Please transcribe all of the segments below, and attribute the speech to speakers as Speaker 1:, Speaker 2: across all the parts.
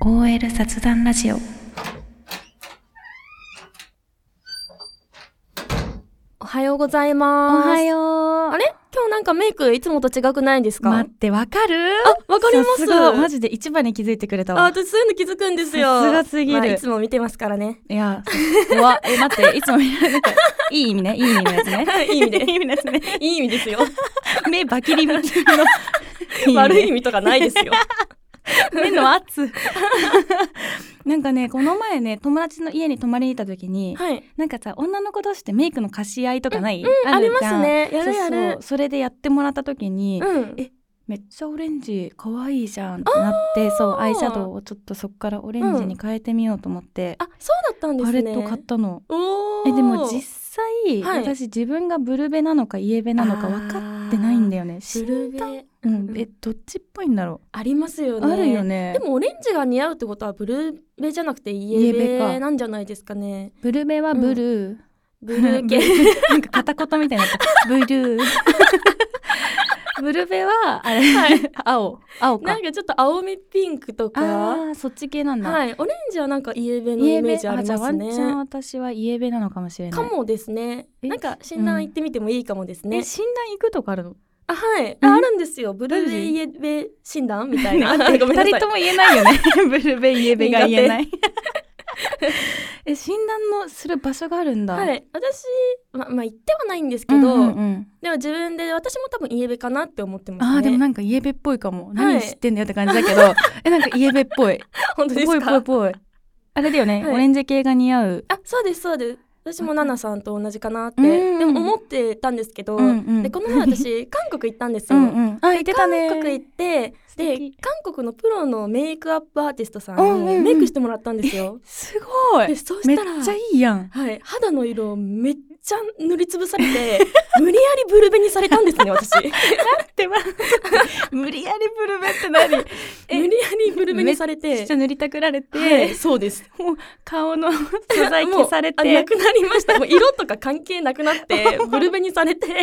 Speaker 1: OL 雑談ラジオ
Speaker 2: おはようござい
Speaker 1: お
Speaker 2: ます。
Speaker 1: よ
Speaker 2: あれ今日なんかメイクいつもと違くないですか、
Speaker 1: 待ってわかる
Speaker 2: あ、わかりま
Speaker 1: さす
Speaker 2: す。
Speaker 1: がマジで一番に気づいてくれた
Speaker 2: あ、
Speaker 1: わ
Speaker 2: 私そういうの気づくんですよ。
Speaker 1: さすがすぎる
Speaker 2: まあいつも見てますからね。
Speaker 1: いや怖っえ待っていつも見られてたいい意味ねいい意味のやつ ね
Speaker 2: いい意味で
Speaker 1: いい意味のやつね
Speaker 2: いい意味ですよ。
Speaker 1: 目バキリバキの
Speaker 2: 悪
Speaker 1: 意
Speaker 2: い意
Speaker 1: 味
Speaker 2: 味とかないですよ。
Speaker 1: 目の圧 なんかねこの前ね友達の家に泊まりに行った時に
Speaker 2: はい。
Speaker 1: なんかさ女の子同士ってメイクの貸し合いとかない、
Speaker 2: あり
Speaker 1: る
Speaker 2: ま
Speaker 1: じゃ
Speaker 2: す
Speaker 1: ん
Speaker 2: ね。や
Speaker 1: そ
Speaker 2: る
Speaker 1: う
Speaker 2: や
Speaker 1: そう
Speaker 2: る。
Speaker 1: それでやってもらった時に、
Speaker 2: うん。
Speaker 1: えめっちゃオレンジ可愛いじゃんってなってそうアイシャドウをちょっとそっからオレンジに変えてみようと思って、
Speaker 2: あ、そうだったんです
Speaker 1: パレ
Speaker 2: ね。
Speaker 1: ット買ったの。
Speaker 2: おー
Speaker 1: えでも実際、
Speaker 2: はい
Speaker 1: 私自分がブルベなのかイエベなのか分かってないんだよね。
Speaker 2: ブ
Speaker 1: し
Speaker 2: ルーベ
Speaker 1: うん、えどっちっぽいんだろ
Speaker 2: ありますよ
Speaker 1: う、
Speaker 2: ね。
Speaker 1: あるよ。ね
Speaker 2: でもオレンジが似合うってことはブルーベじゃなくてイエ
Speaker 1: イエベか
Speaker 2: ベなんじゃないです かね。
Speaker 1: ブルベはブルー、
Speaker 2: ブルー系。
Speaker 1: なんか片言みたいになったブ ルーブルベはあれ、
Speaker 2: はい
Speaker 1: 青青か
Speaker 2: なんかちょっと青みピンクと
Speaker 1: あ
Speaker 2: か。
Speaker 1: ーそっち系なんだ、
Speaker 2: はい、オレンジはなんかイエベの
Speaker 1: イエ
Speaker 2: イメ
Speaker 1: ベ
Speaker 2: ージあり
Speaker 1: じゃあ
Speaker 2: ま
Speaker 1: ワ
Speaker 2: す
Speaker 1: ンチャン
Speaker 2: ね。
Speaker 1: 私はイエベなのかもしれない
Speaker 2: かもですね。
Speaker 1: え
Speaker 2: なんか診断行ってみてもいいかもですね。
Speaker 1: え診断行くとかあるの
Speaker 2: あ、はい、
Speaker 1: うん
Speaker 2: ああるんですよ。ブルー
Speaker 1: マ
Speaker 2: ベ
Speaker 1: ジ
Speaker 2: イエベ診断みたい
Speaker 1: ね
Speaker 2: な。
Speaker 1: 待って
Speaker 2: ごめんなさい
Speaker 1: 二人とも言えないよ ねブルベイエベが言えない え診断のする場所があるんだ
Speaker 2: はい、私、ま、まあ、言ってはないんですけど、
Speaker 1: うんうんうん
Speaker 2: でも自分で私も多分イエベかなって思ってますね。
Speaker 1: あーでもなんかイエベっぽいかも、何
Speaker 2: はい
Speaker 1: 知ってんだよって感じだけどえなんかイエベっぽい
Speaker 2: 本
Speaker 1: ぽ
Speaker 2: 当で
Speaker 1: い
Speaker 2: す
Speaker 1: ぽ
Speaker 2: か。
Speaker 1: いぽいあれだよね、
Speaker 2: はい
Speaker 1: オレンジ系が似合う
Speaker 2: あ、そうですそうです。私もナナさんと同じかなって、
Speaker 1: うん
Speaker 2: でも思ってたんですけど、
Speaker 1: うんうん
Speaker 2: でこの前私韓国行ったんです
Speaker 1: う
Speaker 2: よ。
Speaker 1: んうんあ言ってたね
Speaker 2: 韓国行って
Speaker 1: 素
Speaker 2: で
Speaker 1: 敵
Speaker 2: 韓国のプロのメイクアップアーティストさ
Speaker 1: うんうん
Speaker 2: ん
Speaker 1: う
Speaker 2: に
Speaker 1: ん
Speaker 2: メイクしてもらったんですよ。
Speaker 1: すごい
Speaker 2: でそう
Speaker 1: め
Speaker 2: し
Speaker 1: った
Speaker 2: ら
Speaker 1: ちゃいいやん
Speaker 2: はい、肌の色をめっちゃ塗りつぶされて 無理やりブルベにされたんですね私無理や
Speaker 1: ってば 無理やりブルベって何 え
Speaker 2: りブルベにされ
Speaker 1: め
Speaker 2: て
Speaker 1: っちゃ塗りたくられて、
Speaker 2: はいそうです
Speaker 1: 顔の素 材消されて
Speaker 2: もうあなくなりましたもう色とか関係なくなって ブルベにされても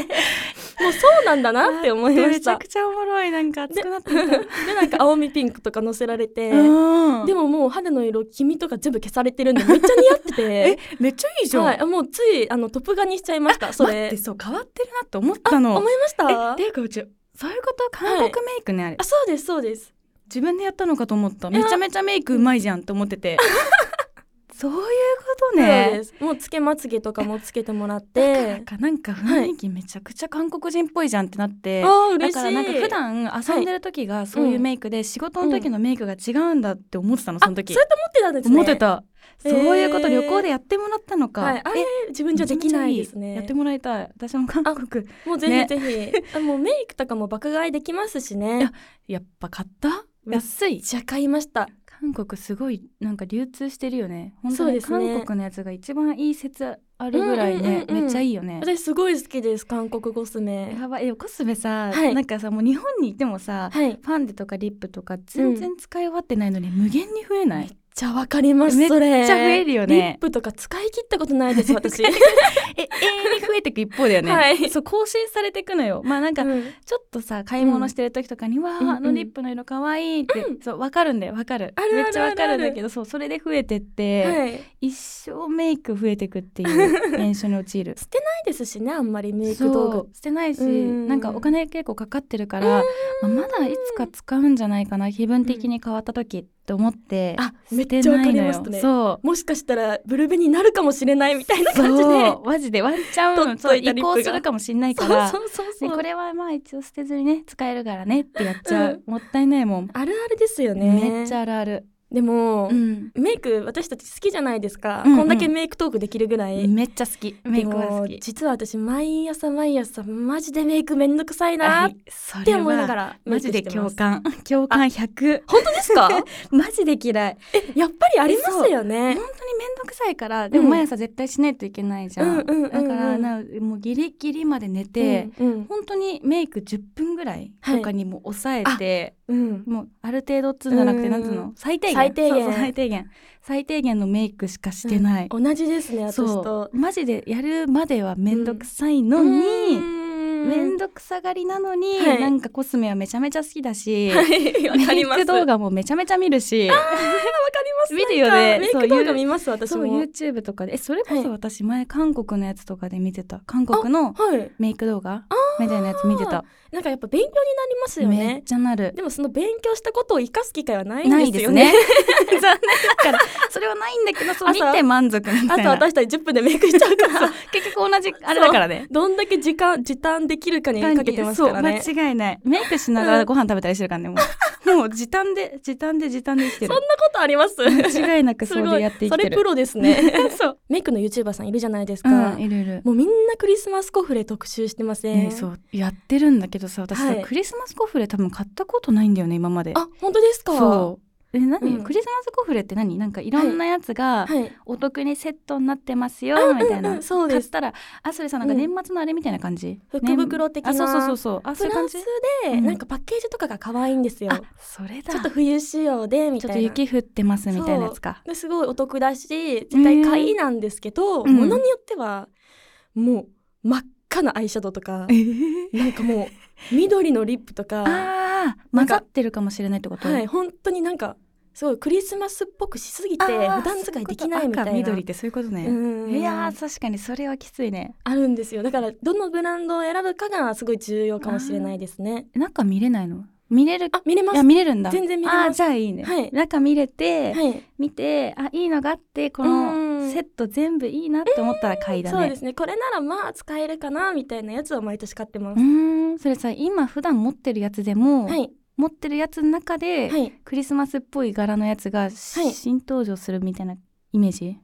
Speaker 2: うそうなんだなって思いまし
Speaker 1: あめ
Speaker 2: た
Speaker 1: ちゃくちゃおもろいなんか熱くなってき
Speaker 2: でなんか青みピンクとかのせられて
Speaker 1: た、うん
Speaker 2: でももう肌の色黄身とか全部消されてるんでめっちゃ似合って て
Speaker 1: えめっちゃいいじゃん、
Speaker 2: はい、もうついあのトップガンにしちゃいましたそ
Speaker 1: 待っ
Speaker 2: れ
Speaker 1: てそう変わってるなって思ったの
Speaker 2: 思いま
Speaker 1: え
Speaker 2: した
Speaker 1: っていうかうちそういうこと韓国メイクね、あれ
Speaker 2: あそうですそうです
Speaker 1: 自分でやったのかと思った
Speaker 2: いや
Speaker 1: めちゃめちゃメイクうまいじゃんって思って てそういうことね
Speaker 2: そうですもうつけまつげとかもつけてもらっ
Speaker 1: だ
Speaker 2: て
Speaker 1: からかなんか雰囲気めちゃくちゃ韓国人っぽいじゃんってなって、
Speaker 2: あー
Speaker 1: だ
Speaker 2: 嬉しい
Speaker 1: からなんか普段遊んでる時がそういうメイクで、仕事の時のメイクが違うんだって思ってたのその時
Speaker 2: あそうやって思ってたんですね
Speaker 1: 思ってた、
Speaker 2: へー
Speaker 1: そういうこと旅行でやってもらったのか、
Speaker 2: はいあれ自分じゃできないですね
Speaker 1: やってもらいたい私も韓国
Speaker 2: もうぜひ ぜひ、あもうメイクとかも爆買いできますし
Speaker 1: い
Speaker 2: ね
Speaker 1: ややっぱ買った
Speaker 2: めっ
Speaker 1: 安い
Speaker 2: じゃあ買いました
Speaker 1: 韓国すごいなんか流通してるよね本当に
Speaker 2: そうですね
Speaker 1: 韓国のやつが一番いい説あるぐらいね、
Speaker 2: うんうんうんうん
Speaker 1: めっちゃいいよね
Speaker 2: 私すごい好きです韓国コスメ
Speaker 1: やばいえコスメさ、
Speaker 2: はい
Speaker 1: なんかさもう日本にいてもさ、
Speaker 2: はい
Speaker 1: ファンデとかリップとか全然使い終わってないのに無限に増えない、
Speaker 2: じゃあわかります
Speaker 1: めっちゃ
Speaker 2: それ
Speaker 1: 増えるよね
Speaker 2: リップとか使い切ったこと ないです私
Speaker 1: え永遠に増えていく一方だよね、
Speaker 2: はい
Speaker 1: そう更新されていくのよまあなんか
Speaker 2: うん
Speaker 1: ちょっとさ買い物してる時とかに、わ
Speaker 2: うん
Speaker 1: ああのリップの色可愛いって、そうわかるんだよわかる
Speaker 2: あるあるある
Speaker 1: めっちゃわかるんだけどそうそれで増えてって、
Speaker 2: はい
Speaker 1: 一生メイク増えてくって いう現象に陥る
Speaker 2: 捨てないですしねあんまりメイク道具
Speaker 1: そう捨てないし、
Speaker 2: うん
Speaker 1: なんかお金結構かかってるから、まあ、まだいつか使うんじゃないかな気分的に変わった時って思って、
Speaker 2: あ
Speaker 1: 捨てないの
Speaker 2: めっちゃわかりま
Speaker 1: よ、
Speaker 2: すね
Speaker 1: そう
Speaker 2: もしかしたらブルベになるかもしれないみたいな感じで
Speaker 1: そうマジでワンチャン
Speaker 2: 取っといた
Speaker 1: そう移
Speaker 2: リップが
Speaker 1: 行するかもしんないから
Speaker 2: そうそうそう
Speaker 1: ね
Speaker 2: そう
Speaker 1: これはまあ一応捨てずにね使えるからねってやっちゃう、もったいないもん、
Speaker 2: あるあるですよね
Speaker 1: めっちゃあるある、
Speaker 2: でも、
Speaker 1: うん、
Speaker 2: メイク私たち好きじゃないですか、
Speaker 1: うんうん
Speaker 2: こんだけメイクトークできるぐらい、
Speaker 1: めっちゃ好きメイクは好
Speaker 2: でも
Speaker 1: き
Speaker 2: 実は私毎朝毎朝マジでメイクめんどくさいな
Speaker 1: は
Speaker 2: っ
Speaker 1: いそれ
Speaker 2: て思いなが
Speaker 1: は
Speaker 2: らメ
Speaker 1: マ
Speaker 2: イク
Speaker 1: ジ
Speaker 2: し
Speaker 1: で
Speaker 2: てま
Speaker 1: 共
Speaker 2: す
Speaker 1: 感共感100
Speaker 2: 本当ですか
Speaker 1: マジで嫌い
Speaker 2: やっぱりありますよ
Speaker 1: 本当に
Speaker 2: ね
Speaker 1: 面倒くさいからでも毎朝絶対しないといけないじゃん,、
Speaker 2: うんうんうんうん
Speaker 1: だからなもうギリギリまで寝て、
Speaker 2: うん
Speaker 1: 本当にメイク10分ぐらいとかにもう抑えて、
Speaker 2: うん
Speaker 1: もうある程度っつうんじゃなくて
Speaker 2: うん
Speaker 1: なんつうの最低限
Speaker 2: 最低
Speaker 1: そ
Speaker 2: 限
Speaker 1: うそう最低限最低限のメイクしかしてない、
Speaker 2: うん同じですね私
Speaker 1: そ
Speaker 2: と
Speaker 1: うマジでやるまでは面倒くさいの
Speaker 2: う
Speaker 1: に、
Speaker 2: ーんん
Speaker 1: めんどくさがりなのに、
Speaker 2: はい
Speaker 1: なんかコスメはめちゃめちゃ好きだし、
Speaker 2: はいわか
Speaker 1: メ
Speaker 2: り
Speaker 1: イ
Speaker 2: ます
Speaker 1: ク動画もめちゃめちゃ見るし
Speaker 2: わかります
Speaker 1: 見るよね
Speaker 2: なんか
Speaker 1: そう
Speaker 2: メイク動画見ます私
Speaker 1: そう
Speaker 2: も
Speaker 1: YouTube とかでえそれこ
Speaker 2: はい
Speaker 1: そ私前韓国のやつとかで見てた韓国の
Speaker 2: はい
Speaker 1: メイク動画みたいなやつ見てた、
Speaker 2: なんかやっぱ勉強になりますよ
Speaker 1: めっ
Speaker 2: ね
Speaker 1: ちゃなる
Speaker 2: でもその勉強したことを生かす機会はないん
Speaker 1: ないです
Speaker 2: で
Speaker 1: す
Speaker 2: よね
Speaker 1: ね残念だからそれはないんだけどそう
Speaker 2: あ
Speaker 1: 見
Speaker 2: と
Speaker 1: て満足み た
Speaker 2: あ
Speaker 1: い
Speaker 2: と
Speaker 1: な
Speaker 2: 私たち10分でメイクしちゃ うから
Speaker 1: 結局同じあれだからね
Speaker 2: どんだけ時間時短できるかにかけてますからね
Speaker 1: そう間違いないメイクしながらご飯食べたりしてるからねも うもう時短で時短で時短で生きて
Speaker 2: そん
Speaker 1: る
Speaker 2: なことあります
Speaker 1: 間違いなくそうでやって生
Speaker 2: そ
Speaker 1: きて
Speaker 2: れプ
Speaker 1: る
Speaker 2: ロで すねそうメイクの YouTuber さんいるじゃないですか、
Speaker 1: うんいるいる
Speaker 2: もうみんなクリスマスコフレ特集してません、
Speaker 1: ね、そうやってるんだけどさ私さ、
Speaker 2: はい
Speaker 1: クリスマスコフレ多分買ったことないんだよね今まで
Speaker 2: あ本当ですか
Speaker 1: そうえ何、
Speaker 2: うん
Speaker 1: クリスマスコフレって何なんかいろんなやつが
Speaker 2: はい
Speaker 1: お得にセットになってますよみたいな、
Speaker 2: うんそう
Speaker 1: 買
Speaker 2: で
Speaker 1: っ
Speaker 2: す
Speaker 1: たらあそれさなんか
Speaker 2: うん
Speaker 1: 年末のあれみたいな感じ、
Speaker 2: 福袋的な
Speaker 1: ねあそうそうそうそうあそうい
Speaker 2: フ
Speaker 1: う
Speaker 2: ラ
Speaker 1: 感
Speaker 2: ン
Speaker 1: じ
Speaker 2: スで
Speaker 1: うん
Speaker 2: なんかパッケージとかが可愛いんですよ、
Speaker 1: あそれだ
Speaker 2: ちょっと冬仕様でみ
Speaker 1: ち
Speaker 2: た
Speaker 1: ょ
Speaker 2: い
Speaker 1: っ
Speaker 2: な
Speaker 1: と雪降ってますみたいなやつか
Speaker 2: ですごいお得だし絶対買いなんですけど、
Speaker 1: うん
Speaker 2: ものによってはもう真っ赤なアイシャドウとか、なんかもう緑のリップと
Speaker 1: あ
Speaker 2: か
Speaker 1: ー
Speaker 2: なん
Speaker 1: 混
Speaker 2: か
Speaker 1: ざってるかもしれないってこと、
Speaker 2: はい本当になんかすごいクリスマスっぽくしすぎて
Speaker 1: あ
Speaker 2: 普
Speaker 1: ー
Speaker 2: 段使いできな
Speaker 1: そう
Speaker 2: いみたいな
Speaker 1: うこと赤緑ってそういうことね、
Speaker 2: うん
Speaker 1: いやー確かにそれはきついね
Speaker 2: あるんですよだからどのブランドを選ぶかがすごい重要かもしれないですね
Speaker 1: 中見れないの見れる
Speaker 2: あ見れま
Speaker 1: い
Speaker 2: す
Speaker 1: や見れるんだ
Speaker 2: 全然見れます
Speaker 1: あーじゃあいいね、
Speaker 2: はい
Speaker 1: 中見れて、
Speaker 2: はい
Speaker 1: 見てあいいのがあってこ
Speaker 2: う
Speaker 1: の
Speaker 2: ん
Speaker 1: セット全部いいなって思ったら買いだね、
Speaker 2: そうですねこれならまあ使えるかなみたいなやつを毎年買ってま
Speaker 1: う
Speaker 2: す、
Speaker 1: ーんそれさ今普段持ってるやつでも、
Speaker 2: はい
Speaker 1: 持ってるやつの中で、
Speaker 2: はい
Speaker 1: クリスマスっぽい柄のやつが、新登場するみたいなイメージ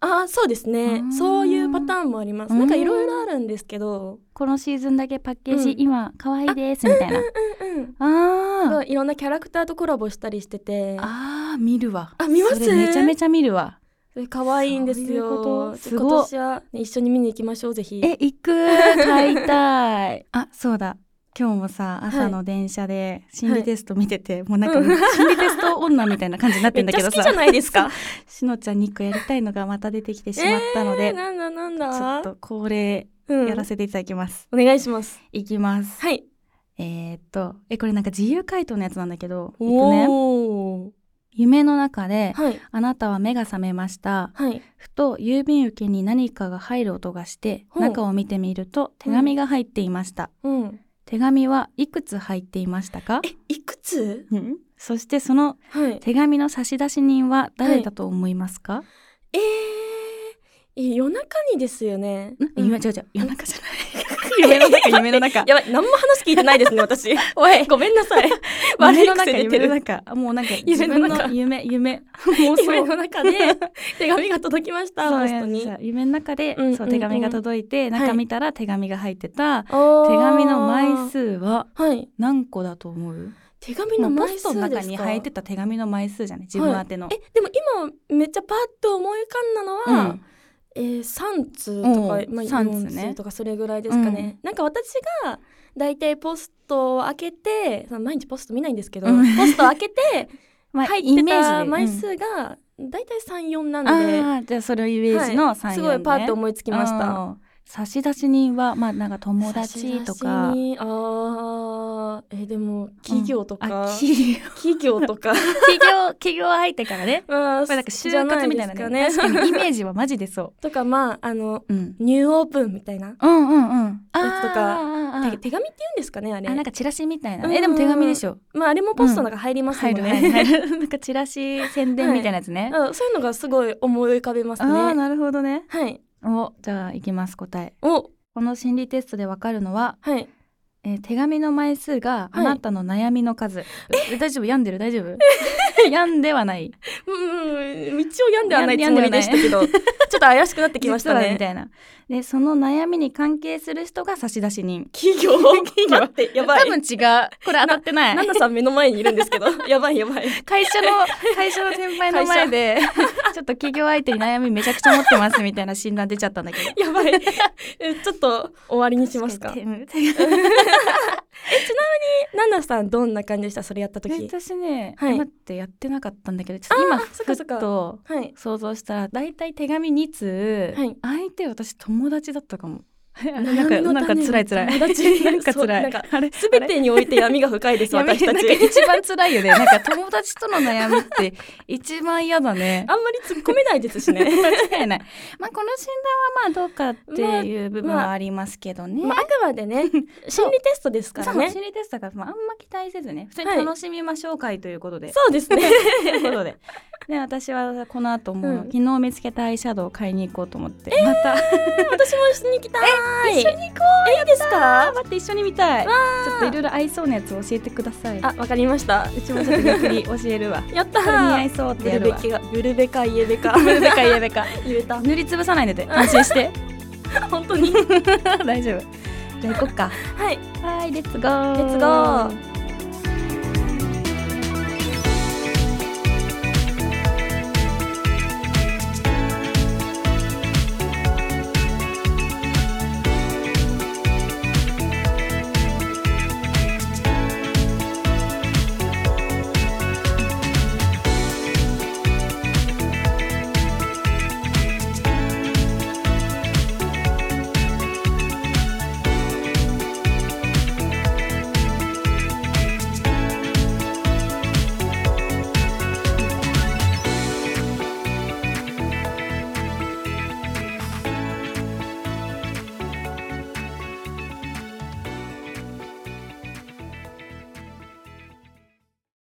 Speaker 2: ああそうですね
Speaker 1: うん
Speaker 2: そういうパターンもあります
Speaker 1: うん
Speaker 2: なんかいろいろあるんですけど
Speaker 1: このシーズンだけパッケージ、
Speaker 2: うん
Speaker 1: 今可愛いですみたいな、
Speaker 2: うんうん
Speaker 1: あー
Speaker 2: そういろんなキャラクターとコラボしたりしてて
Speaker 1: あー見るわ
Speaker 2: あ見ます
Speaker 1: それめちゃめちゃ見るわ
Speaker 2: それ可愛いんですよ
Speaker 1: そういうことすご
Speaker 2: 今
Speaker 1: っ
Speaker 2: 年は、ね、一緒に見に行きましょうぜひ
Speaker 1: え行く買いたいあそうだ今日もさ
Speaker 2: い
Speaker 1: 朝の電車で心理テスト見てて、もうなんかもう心理テスト女みたいな感じになってん
Speaker 2: めっ
Speaker 1: だ
Speaker 2: ちゃ
Speaker 1: けど
Speaker 2: 好き
Speaker 1: さ
Speaker 2: じゃないですか
Speaker 1: しのちゃんに1個やりたいのがまた出てきてしまったの
Speaker 2: え
Speaker 1: で、
Speaker 2: ーなんだなんだ
Speaker 1: ちょっと恒例
Speaker 2: うん
Speaker 1: やらせていただきます、
Speaker 2: お願いします
Speaker 1: いきます
Speaker 2: はい
Speaker 1: えー、っとえこれなんか自由回答のやつなんだけどいくね
Speaker 2: おお
Speaker 1: 夢の中で
Speaker 2: はい
Speaker 1: あなたは目が覚めました
Speaker 2: はい
Speaker 1: ふと郵便受けに何かが入る音がして
Speaker 2: ほう
Speaker 1: 中を見てみると手紙が入っていました、
Speaker 2: うん
Speaker 1: 手紙はいくつ入っていましたか
Speaker 2: えいくつ
Speaker 1: うんそしてその
Speaker 2: はい
Speaker 1: 手紙の差出人は誰だと思いますか、
Speaker 2: えーえ夜中にですよね
Speaker 1: ん
Speaker 2: うん
Speaker 1: 夢違う違う夜中じゃ ない夢の中夢の中
Speaker 2: やばい何も話聞いてないですね 私おいごめんなさい悪
Speaker 1: 夢
Speaker 2: い
Speaker 1: の中
Speaker 2: 癖出て
Speaker 1: 夢の
Speaker 2: る
Speaker 1: 中もうなんか自
Speaker 2: 夢の
Speaker 1: 分
Speaker 2: 中
Speaker 1: の夢夢妄
Speaker 2: 夢
Speaker 1: 想
Speaker 2: の中 で手紙が届きました
Speaker 1: そう
Speaker 2: ポ
Speaker 1: や
Speaker 2: ストに
Speaker 1: さ夢の中で、
Speaker 2: うんうんうん
Speaker 1: そう手紙が届いて中見たら手紙が入ってた、
Speaker 2: 手紙
Speaker 1: 手紙の枚数は
Speaker 2: はい
Speaker 1: 何個だと思う
Speaker 2: 手紙の
Speaker 1: もう
Speaker 2: 枚
Speaker 1: ポ
Speaker 2: 数
Speaker 1: ス
Speaker 2: ですか
Speaker 1: トの中に入ってた手紙の枚数じゃない自分宛ての、
Speaker 2: えでも今めっちゃパッと思い浮かんだの
Speaker 1: う
Speaker 2: は、
Speaker 1: ん、
Speaker 2: えー、3通とか、
Speaker 1: うん
Speaker 2: まあ、
Speaker 1: 三通
Speaker 2: 4
Speaker 1: ね
Speaker 2: 通とかそれぐらいですかね、なんか私が大体ポストを開けてその毎日ポスト見ないんですけど、
Speaker 1: うん
Speaker 2: ポストを開けて
Speaker 1: まあ
Speaker 2: 入ってた枚、
Speaker 1: イメージ
Speaker 2: 数が大体34な
Speaker 1: うんん
Speaker 2: で、
Speaker 1: ああじゃあそれをイメージの3、
Speaker 2: は
Speaker 1: はい
Speaker 2: すごいパッと思いつきました。
Speaker 1: 差出人はまあなんか友達とか
Speaker 2: 差出人あーえでも企業とか、
Speaker 1: あ企業
Speaker 2: 企業と か
Speaker 1: 企業企業入ってからね
Speaker 2: まあ
Speaker 1: これなんか就活みたいな
Speaker 2: じゃ
Speaker 1: ね
Speaker 2: ですか
Speaker 1: 確 かにイメージはマジでそ
Speaker 2: とかまああの
Speaker 1: う、うん、
Speaker 2: ニューオープンみたいな
Speaker 1: うんうんうんあ
Speaker 2: やつとか
Speaker 1: あーあ
Speaker 2: 手
Speaker 1: ー
Speaker 2: 手紙って言うんですかねあれ
Speaker 1: あなんかチラシみたいな
Speaker 2: うんうん
Speaker 1: えでも手紙でしょ
Speaker 2: まああれもポストなんか入りますも
Speaker 1: 入
Speaker 2: ん
Speaker 1: る
Speaker 2: ね、
Speaker 1: 入る入るなんかチラシ宣伝みたいなやつね、
Speaker 2: うんそういうのがすごい思い浮かべます
Speaker 1: ああー
Speaker 2: ね
Speaker 1: なるほどね
Speaker 2: はい
Speaker 1: おじゃあいきます答え
Speaker 2: お
Speaker 1: この心理テストでわかるのは、
Speaker 2: はい
Speaker 1: えー手紙の枚数が
Speaker 2: い
Speaker 1: あなたの悩みの数、え大丈夫病んでる大 丈夫病んではない
Speaker 2: うん一応病んではないつ
Speaker 1: 病ん
Speaker 2: も
Speaker 1: では
Speaker 2: り
Speaker 1: ない
Speaker 2: でしたけどち ょっと怪しくなってきました
Speaker 1: 実はみ
Speaker 2: ね
Speaker 1: たいなでその悩みに関係する人が差出人
Speaker 2: 企業待ってやば
Speaker 1: 多
Speaker 2: い
Speaker 1: 分違うこれ当たってない
Speaker 2: ナナさん目の前にいるんで すけどやばいやばい
Speaker 1: 会社の会社の先輩の前 で ちょっと企業相手に悩みめちゃくちゃ持ってますみたいな診断出ちゃったんだけど
Speaker 2: やばいえちょっと終わりにしますか
Speaker 1: 手
Speaker 2: え
Speaker 1: 手が
Speaker 2: ナナさんどんな感じでしたそれやった時
Speaker 1: 私ね、
Speaker 2: はい
Speaker 1: 待ってやってなかったんだけどちょっと今
Speaker 2: あーそっかそっか
Speaker 1: ふっと
Speaker 2: はい
Speaker 1: 想像したらだいたい手紙2通、
Speaker 2: はい
Speaker 1: 相手私友達だったかも なんかなんか辛い辛い。
Speaker 2: 友達
Speaker 1: なんか
Speaker 2: そう
Speaker 1: 辛い。
Speaker 2: なんか
Speaker 1: あれ
Speaker 2: 全てにおいて 闇が深いです
Speaker 1: やめ
Speaker 2: 私た
Speaker 1: なんか
Speaker 2: ち
Speaker 1: 一番辛いよね。なんか友達との悩みって一番嫌だね。
Speaker 2: あんまり突っ込めないですし ね
Speaker 1: 間違いない。 まあこの診断はまあどうかっていう部分はありますけどね。
Speaker 2: まあ、あくまでね心理テストですか
Speaker 1: そ
Speaker 2: ら
Speaker 1: う
Speaker 2: ね
Speaker 1: 心理テストが、まあ、あんま期待せずね普通に
Speaker 2: はい
Speaker 1: 楽しみましょう会ということで、
Speaker 2: そうです ね
Speaker 1: ということでで私はこの後もう、
Speaker 2: うん
Speaker 1: 昨日見つけたアイシャドウを買いに行こうと思って、また
Speaker 2: 私もしに来たい
Speaker 1: 一緒に行こういいですか待って一緒に見たいちょっといろいろ合いそうなやつ教えてください
Speaker 2: あわかりました
Speaker 1: うちもちょっと逆に教え るわ
Speaker 2: やった
Speaker 1: これ似合い
Speaker 2: ー
Speaker 1: そうって
Speaker 2: ブ
Speaker 1: や
Speaker 2: ル
Speaker 1: る
Speaker 2: ベ
Speaker 1: わ
Speaker 2: キがブルベかイエベ か
Speaker 1: ブルベかイエベか
Speaker 2: 言えた
Speaker 1: 塗りつぶさないでて安心して
Speaker 2: 本当に
Speaker 1: 大丈夫じゃあ行こっか
Speaker 2: はい
Speaker 1: はいレッツゴー
Speaker 2: レッツゴー